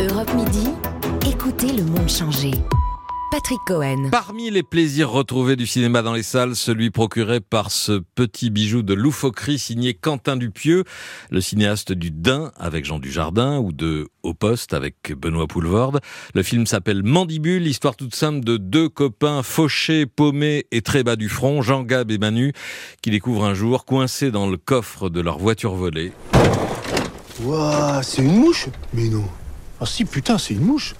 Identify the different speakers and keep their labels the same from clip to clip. Speaker 1: Europe Midi, écoutez le monde changer. Patrick Cohen.
Speaker 2: Parmi les plaisirs retrouvés du cinéma dans les salles, celui procuré par ce petit bijou de loufoquerie signé Quentin Dupieux, le cinéaste du Dain avec Jean Dujardin ou de Au Poste avec Benoît Poulvorde. Le film s'appelle Mandibule, l'histoire toute simple de deux copains fauchés, paumés et très bas du front, Jean Gab et Manu, qui découvrent un jour coincés dans le coffre de leur voiture volée.
Speaker 3: Ouah, c'est une mouche
Speaker 4: Mais non.
Speaker 3: Ah si, putain, c'est une mouche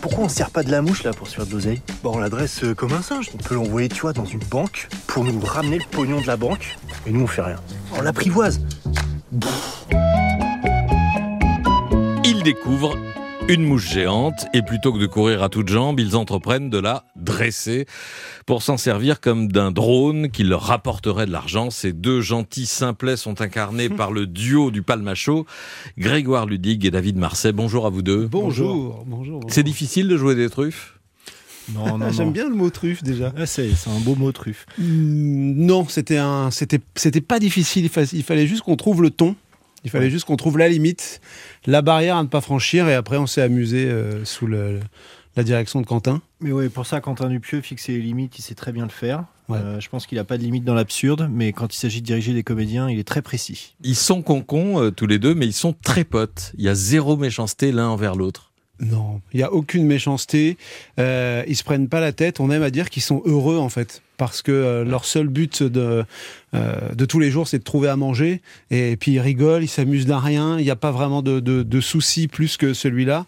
Speaker 3: Pourquoi on se sert pas de la mouche, là, pour se faire de l'oseille Bah, on l'adresse euh, comme un singe. On peut l'envoyer, tu vois, dans une banque pour nous ramener le pognon de la banque. Et nous, on fait rien. On l'apprivoise
Speaker 2: Ils découvrent une mouche géante et plutôt que de courir à toutes jambes, ils entreprennent de la dresser pour s'en servir comme d'un drone qui leur rapporterait de l'argent. Ces deux gentils simplets sont incarnés par le duo du Palmacho, Grégoire Ludig et David Marseille. Bonjour à vous deux.
Speaker 5: Bonjour, bonjour.
Speaker 2: C'est difficile de jouer des truffes
Speaker 4: Non,
Speaker 5: Ah,
Speaker 4: non,
Speaker 5: J'aime
Speaker 4: non.
Speaker 5: bien le mot truffe déjà.
Speaker 4: Ah, c'est c'est un beau mot truffe.
Speaker 5: Mm, non, c'était un, c'était, c'était pas difficile. Il, fa- il fallait juste qu'on trouve le ton. Il fallait juste qu'on trouve la limite, la barrière à ne pas franchir. Et après, on s'est amusé euh, sous le- la direction de Quentin.
Speaker 4: Mais oui, pour ça, Quentin Dupieux, fixer les limites, il sait très bien le faire.
Speaker 5: Ouais.
Speaker 4: Euh, je pense qu'il n'a pas de limite dans l'absurde, mais quand il s'agit de diriger des comédiens, il est très précis.
Speaker 2: Ils sont concons euh, tous les deux, mais ils sont très potes. Il y a zéro méchanceté l'un envers l'autre.
Speaker 5: Non, il n'y a aucune méchanceté. Euh, ils se prennent pas la tête. On aime à dire qu'ils sont heureux en fait, parce que euh, leur seul but de euh, de tous les jours, c'est de trouver à manger. Et, puis ils rigolent, ils s'amusent d'un rien. Il n'y a pas vraiment de, de, de soucis plus que celui-là.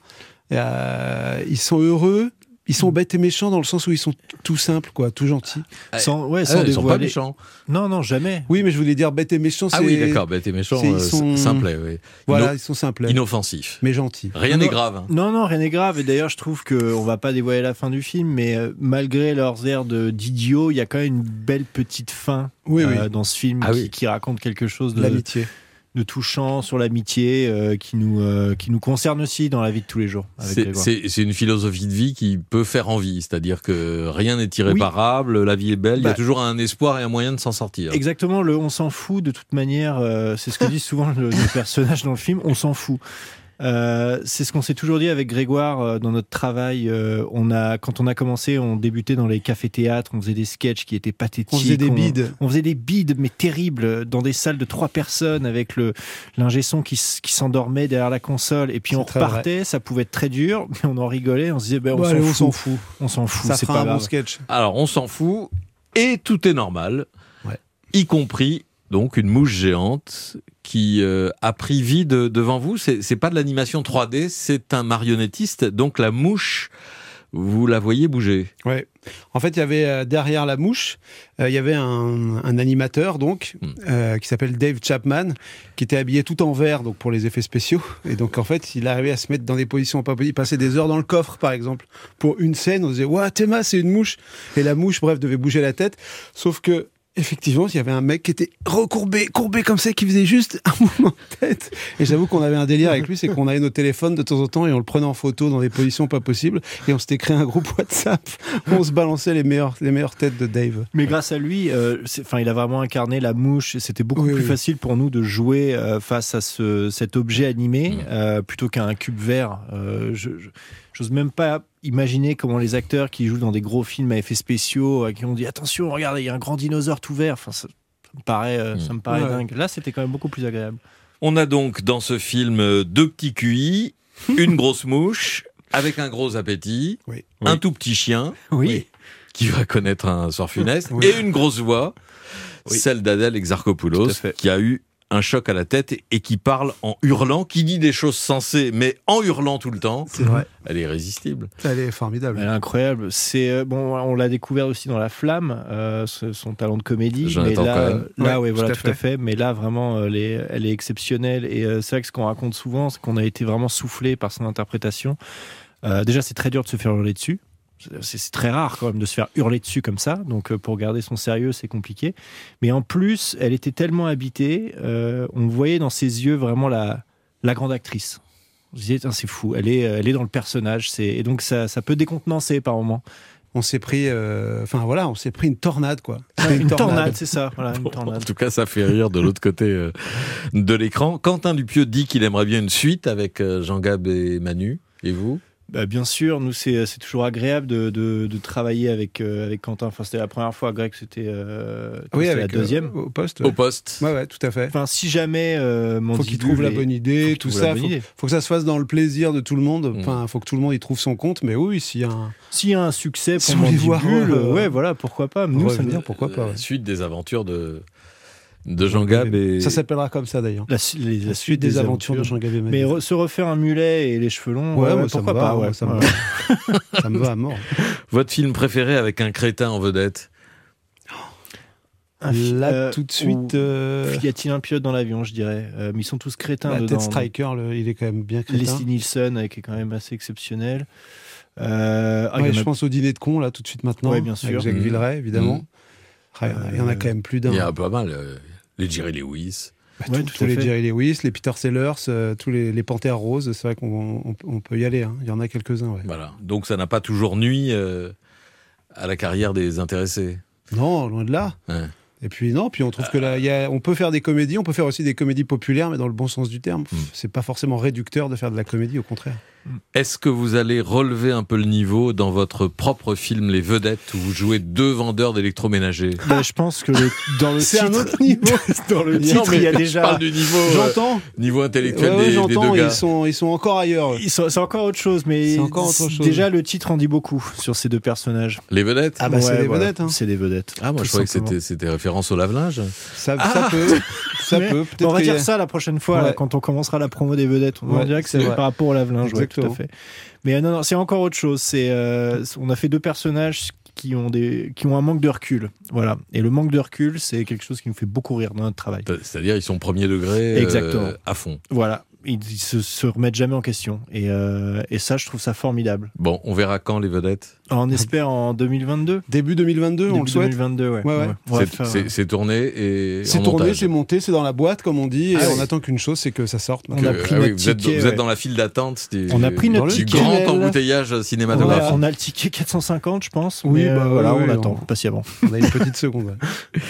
Speaker 5: Euh, ils sont heureux. Ils sont bêtes et méchants dans le sens où ils sont tout simples, quoi, tout gentils.
Speaker 2: Eh,
Speaker 4: Sans, ouais,
Speaker 2: Ah,
Speaker 4: sans
Speaker 2: ils sont pas
Speaker 4: dévoiler.
Speaker 2: méchants.
Speaker 4: Non, non, jamais.
Speaker 5: Oui, mais je voulais dire bêtes et méchants.
Speaker 2: Ah
Speaker 5: c'est-
Speaker 2: oui, d'accord, bah, t'es méchant,
Speaker 5: c'est- ils
Speaker 2: euh,
Speaker 5: sont-
Speaker 2: simplets, oui.
Speaker 5: Voilà,
Speaker 2: Ino-
Speaker 5: ils sont simples,
Speaker 2: Inoffensifs.
Speaker 5: mais gentils.
Speaker 2: Rien
Speaker 4: Non,
Speaker 2: n'est
Speaker 4: non.
Speaker 2: grave. hein.
Speaker 4: Non, non, rien n'est grave. Et d'ailleurs, je trouve qu'on va pas dévoiler la fin du film, mais euh, malgré leurs airs de- d'idiots, il y a quand même une belle petite fin
Speaker 5: Oui, oui.
Speaker 4: euh, dans ce film
Speaker 2: Ah
Speaker 4: qui,
Speaker 2: oui.
Speaker 4: qui raconte quelque chose de,
Speaker 5: L'amitié.
Speaker 4: de touchant sur l'amitié euh, qui, nous, euh, qui nous concerne aussi dans la vie de tous les jours. avec
Speaker 2: C'est-
Speaker 4: Grégoire.
Speaker 2: C'est c'est une philosophie de vie qui peut faire envie, c'est-à-dire que rien n'est irréparable, la vie est belle, il y a
Speaker 4: Bah.
Speaker 2: toujours un espoir et un moyen de s'en sortir.
Speaker 4: Exactement, le on s'en fout de toute manière, euh, c'est ce que dit souvent le, le personnage dans le film, on s'en fout. Euh, c'est ce qu'on s'est toujours dit avec Grégoire euh, dans notre travail. euh, on a, quand on a commencé, on débutait dans les cafés-théâtres, on faisait des sketchs qui étaient pathétiques.
Speaker 5: On faisait des bides.
Speaker 4: On faisait des bides, mais terribles, dans des salles de trois personnes avec le l'ingé son qui, s- qui s'endormait derrière la console. Et puis
Speaker 5: C'est
Speaker 4: on
Speaker 5: très vrai.
Speaker 4: repartait, ça pouvait être très dur, mais on en rigolait, on se disait, ben, on
Speaker 5: Bon, allez, on
Speaker 4: s'en
Speaker 5: s'en
Speaker 4: fout.
Speaker 5: fout.
Speaker 4: On s'en fout,
Speaker 5: Ça
Speaker 4: c'est
Speaker 5: fera
Speaker 4: pas
Speaker 5: un bon
Speaker 4: grave.
Speaker 5: sketch.
Speaker 2: Alors on s'en fout et tout est normal,
Speaker 5: Ouais.
Speaker 2: y compris donc une mouche géante qui euh, a pris vie de- devant vous. C'est c'est pas de l'animation 3D, c'est un marionnettiste, donc la mouche, vous la voyez bouger.
Speaker 5: Ouais. En fait, il y avait euh, derrière la mouche, euh, il y avait un, un animateur donc
Speaker 2: Mm.
Speaker 5: euh, qui s'appelle Dave Chapman, qui était habillé tout en vert donc pour les effets spéciaux. Et donc en fait, il arrivait à se mettre dans des positions pas possibles. Il passait des heures dans le coffre, par exemple, pour une scène. On disait waouh, Théma, c'est une mouche. Et la mouche, bref, devait bouger la tête. Sauf que Effectivement, il y avait un mec qui était recourbé, courbé comme ça, qui faisait juste un mouvement de tête. Et j'avoue qu'on avait un délire avec lui, c'est qu'on avait nos téléphones de temps en temps et on le prenait en photo dans des positions pas possibles. Et on s'était créé un groupe WhatsApp où on se balançait les meilleures, les meilleures têtes de Dave.
Speaker 4: Mais grâce à lui, euh, c'est- enfin, il a vraiment incarné la mouche. et C'était beaucoup
Speaker 5: Oui,
Speaker 4: plus
Speaker 5: oui.
Speaker 4: facile pour nous de jouer euh, face à ce, cet objet animé
Speaker 2: Mm.
Speaker 4: euh, plutôt qu'à un cube vert. Euh, je- je- J'ose même pas imaginer comment les acteurs qui jouent dans des gros films à effets spéciaux, euh, qui ont dit attention, regardez, il y a un grand dinosaure tout vert. Enfin, ça, ça me paraît, euh,
Speaker 2: Mm.
Speaker 4: ça me paraît
Speaker 5: Ouais.
Speaker 4: dingue. Là, c'était quand même beaucoup plus agréable.
Speaker 2: On a donc dans ce film euh, deux petits QI, une grosse mouche avec un gros appétit,
Speaker 5: Oui.
Speaker 2: un
Speaker 4: Oui.
Speaker 2: tout petit chien.
Speaker 4: Oui.
Speaker 2: qui va connaître un sort funeste,
Speaker 5: Oui.
Speaker 2: et une grosse voix,
Speaker 4: Oui.
Speaker 2: celle d'Adèle Exarchopoulos,
Speaker 4: Tout à fait.
Speaker 2: qui a eu un choc à la tête et qui parle en hurlant, qui dit des choses sensées, mais en hurlant tout le temps.
Speaker 5: C'est vrai.
Speaker 2: Elle est irrésistible.
Speaker 5: Elle est formidable.
Speaker 4: Elle est incroyable. C'est euh, bon, on l'a découvert aussi dans La Flamme, euh, ce- son talent de comédie.
Speaker 2: Jonathan
Speaker 4: mais là,
Speaker 2: Cohen.
Speaker 4: euh, là,
Speaker 5: Ouais,
Speaker 4: ouais,
Speaker 5: tout
Speaker 4: voilà,
Speaker 5: à
Speaker 4: tout, à fait. Mais là, vraiment, euh, elle est, elle est exceptionnelle. Et euh, c'est vrai que ce qu'on raconte souvent, c'est qu'on a été vraiment soufflé par son interprétation. Euh, déjà, c'est très dur de se faire hurler dessus. C'est- C'est très rare quand même de se faire hurler dessus comme ça, donc euh, pour garder son sérieux c'est compliqué. Mais en plus, elle était tellement habitée, euh, on voyait dans ses yeux vraiment la, la grande actrice. euh, On se disait, Tain, c'est fou, elle est, elle est dans le personnage, c'est- et donc ça, ça peut décontenancer par moments.
Speaker 5: on s'est pris, euh, enfin voilà, on s'est pris une tornade quoi.
Speaker 4: Ouais, une tornade, c'est ça. Voilà, une
Speaker 2: Bon, en
Speaker 4: tornade.
Speaker 2: tout cas, ça fait rire de l'autre côté euh, de l'écran. Quentin Dupieux dit qu'il aimerait bien une suite avec euh, Jean Gab et Manu. Et vous
Speaker 4: Bah, bien sûr, nous c'est c'est toujours agréable de, de, de travailler avec euh, avec Quentin. Enfin, c'était la première fois, Greg, c'était euh, toi,
Speaker 5: Oui,
Speaker 4: c'était
Speaker 5: avec
Speaker 4: la
Speaker 5: euh,
Speaker 4: deuxième.
Speaker 5: au poste.
Speaker 2: Au
Speaker 5: Ouais.
Speaker 2: poste.
Speaker 5: ouais, ouais, tout à fait.
Speaker 4: Enfin, si jamais euh,
Speaker 5: faut
Speaker 4: Mandibule
Speaker 5: qu'il trouve la
Speaker 4: est-
Speaker 5: bonne idée,
Speaker 4: faut qu'il
Speaker 5: tout
Speaker 4: trouve la
Speaker 5: ça.
Speaker 4: bonne
Speaker 5: Faut,
Speaker 4: idée.
Speaker 5: faut que ça se fasse dans le plaisir de tout le monde.
Speaker 2: Mm.
Speaker 5: Enfin, faut que tout le monde y trouve son compte. Mais oui, s'il y a un,
Speaker 4: S'il y a un succès pour
Speaker 5: Si on les voit,
Speaker 4: Mandibule,
Speaker 5: euh,
Speaker 4: ouais, voilà, pourquoi pas. Nous, ça me
Speaker 5: revenir, pourquoi pas. ouais.
Speaker 2: La Euh, suite des aventures de, de Jean Gab et.
Speaker 5: Ça s'appellera comme ça d'ailleurs.
Speaker 4: la, su- les- la
Speaker 5: La suite des aventures de Jean Gabé.
Speaker 4: Mais re- se refaire un mulet et les cheveux longs, ouais,
Speaker 5: moi, ça
Speaker 4: pourquoi
Speaker 5: me va,
Speaker 4: pas.
Speaker 5: moi,
Speaker 4: ouais.
Speaker 5: ça, me
Speaker 4: Ouais.
Speaker 5: va. ça me va à mort.
Speaker 2: Votre film préféré avec un crétin en vedette
Speaker 4: Un fi-
Speaker 5: Là,
Speaker 4: euh,
Speaker 5: tout de
Speaker 4: ou-
Speaker 5: suite, euh,
Speaker 4: Y a-t-il un pilote dans l'avion, je dirais Euh, Mais ils sont tous crétins
Speaker 5: la
Speaker 4: dedans.
Speaker 5: tête striker, le- il est quand même bien crétin.
Speaker 4: Leslie Nielsen, euh, qui est quand même assez exceptionnel. Euh, ah, il y
Speaker 5: Ouais,
Speaker 4: en
Speaker 5: je
Speaker 4: a-
Speaker 5: pense au dîner de con là tout de suite maintenant.
Speaker 4: Ouais, bien sûr. Mm. Euh,
Speaker 5: Avec Jacques
Speaker 2: Mhm.
Speaker 5: Villeray, évidemment.
Speaker 2: Mhm.
Speaker 5: Ah, il y en a- il y en a quand même plus d'un.
Speaker 2: Il y a pas mal. euh, les Jerry Lewis.
Speaker 5: Bah,
Speaker 4: Ouais,
Speaker 5: tous-
Speaker 4: tout
Speaker 5: tous
Speaker 4: à
Speaker 5: les
Speaker 4: fait.
Speaker 5: Jerry Lewis, les Peter Sellers, euh, tous les, les Panthères Roses, c'est vrai qu'on on- on peut y aller. hein. Il y en a quelques-uns. ouais.
Speaker 2: Voilà. Donc ça n'a pas toujours nuit euh, à la carrière des intéressés.
Speaker 5: Non, loin de là.
Speaker 2: Ouais.
Speaker 5: Et puis non, puis on trouve que là, il y a- on peut faire des comédies, on peut faire aussi des comédies populaires, mais dans le bon sens du terme.
Speaker 4: Mm.
Speaker 5: Pff, C'est pas forcément réducteur de faire de la comédie, au contraire.
Speaker 2: Est-ce que vous allez relever un peu le niveau dans votre propre film Les Vedettes où vous jouez deux vendeurs d'électroménagers
Speaker 4: Bah, je pense que le- dans le
Speaker 5: C'est un
Speaker 4: titre,
Speaker 5: autre niveau.
Speaker 4: dans le titre,
Speaker 2: mais
Speaker 4: il y a
Speaker 2: je
Speaker 4: déjà.
Speaker 2: parle du niveau, euh,
Speaker 5: J'entends.
Speaker 2: niveau intellectuel
Speaker 5: Ouais, ouais,
Speaker 2: des- des,
Speaker 5: j'entends.
Speaker 2: deux
Speaker 5: Ils
Speaker 2: gars.
Speaker 5: sont, ils sont encore ailleurs. eux.
Speaker 4: Ils sont- C'est encore autre chose, mais
Speaker 5: C'est encore autre chose.
Speaker 4: déjà le titre en dit beaucoup sur ces deux personnages.
Speaker 2: Les Vedettes
Speaker 5: Ah bah c'est
Speaker 4: Ouais,
Speaker 5: des
Speaker 4: voilà.
Speaker 5: vedettes. hein.
Speaker 4: C'est des vedettes.
Speaker 2: Ah, moi
Speaker 4: tout
Speaker 2: je croyais que
Speaker 4: simplement.
Speaker 2: c'était- c'était référence au lave-linge.
Speaker 5: Ça, ça peut, ça
Speaker 4: Ah. Mais
Speaker 5: peut.
Speaker 4: On
Speaker 5: Peut-être
Speaker 4: va
Speaker 5: qu'il y a-
Speaker 4: dire ça la prochaine fois, là,
Speaker 5: Ouais.
Speaker 4: quand on commencera la promo des vedettes. On
Speaker 5: Ouais,
Speaker 4: dira que
Speaker 5: c'est
Speaker 4: c'est
Speaker 5: vrai.
Speaker 4: par rapport au lave-linge, ouais, tout à
Speaker 5: Exactement.
Speaker 4: fait. Mais euh, non, non, c'est encore autre chose. C'est, euh, on a fait deux personnages qui ont, des, qui ont un manque de recul. Voilà. Et le manque de recul, c'est quelque chose qui nous fait beaucoup rire dans notre travail.
Speaker 2: C'est-à-dire ils sont premier degré euh,
Speaker 4: Exactement.
Speaker 2: à fond.
Speaker 4: Voilà. Ils, ils se, se remettent jamais en question. Et, euh, et ça, je trouve ça formidable.
Speaker 2: Bon, on verra quand les Vedettes.
Speaker 4: Ah, On espère en 2022.
Speaker 5: Début 2022, on
Speaker 4: Début
Speaker 5: le souhaite.
Speaker 4: 2022, ouais.
Speaker 5: Ouais, ouais.
Speaker 4: On va
Speaker 2: C'est-
Speaker 4: faire-
Speaker 2: C'est c'est tourné et
Speaker 5: C'est
Speaker 2: en
Speaker 5: tourné,
Speaker 2: montage.
Speaker 5: c'est monté, c'est dans la boîte, comme on dit, et
Speaker 2: Ah
Speaker 5: on
Speaker 2: oui.
Speaker 5: attend qu'une chose, c'est que ça sorte.
Speaker 4: On a
Speaker 2: Que-
Speaker 4: pris
Speaker 2: ah oui,
Speaker 4: notre
Speaker 2: vous êtes,
Speaker 4: ticket,
Speaker 2: vous êtes
Speaker 4: ouais.
Speaker 2: dans la file d'attente du,
Speaker 4: On a pris
Speaker 5: Dans
Speaker 4: notre
Speaker 5: le
Speaker 2: du
Speaker 4: ticket.
Speaker 5: ticket.
Speaker 2: grand
Speaker 5: Voilà.
Speaker 2: embouteillage cinématographique.
Speaker 5: Voilà.
Speaker 4: On a le ticket 450, je pense.
Speaker 5: Oui,
Speaker 4: mais, euh,
Speaker 5: bah,
Speaker 4: voilà,
Speaker 5: oui,
Speaker 4: on
Speaker 5: oui,
Speaker 4: l'attend
Speaker 5: on-
Speaker 4: patiemment.
Speaker 5: On a une petite seconde. ouais.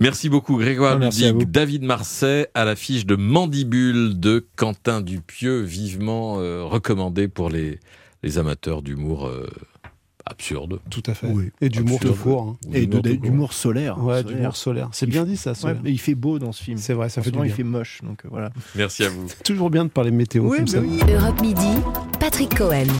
Speaker 2: Merci beaucoup Grégoire
Speaker 4: Ah, merci à
Speaker 2: Ludig,
Speaker 4: vous.
Speaker 2: David Marseille à l'affiche de Mandibule de Quentin Dupieux, vivement euh, recommandé pour les, les amateurs d'humour euh, absurde.
Speaker 5: Tout à fait.
Speaker 4: Oui.
Speaker 5: Et d'humour tout
Speaker 2: Absurde.
Speaker 5: court. hein.
Speaker 2: ou
Speaker 4: Et de-
Speaker 2: n'importe
Speaker 4: de-
Speaker 2: quoi.
Speaker 4: d'humour solaire.
Speaker 5: Ouais,
Speaker 4: solaire.
Speaker 5: d'humour solaire. C'est bien dit ça,
Speaker 4: Ouais,
Speaker 5: solaire.
Speaker 4: mais il fait beau dans ce film.
Speaker 5: C'est vrai, ça fait du
Speaker 4: Franchement,
Speaker 5: bien.
Speaker 4: il fait moche, donc euh, voilà.
Speaker 2: Merci à vous.
Speaker 5: Toujours bien de parler météo
Speaker 4: Oui,
Speaker 5: comme
Speaker 4: bah
Speaker 5: ça.
Speaker 4: oui.
Speaker 1: Europe Midi, Patrick Cohen.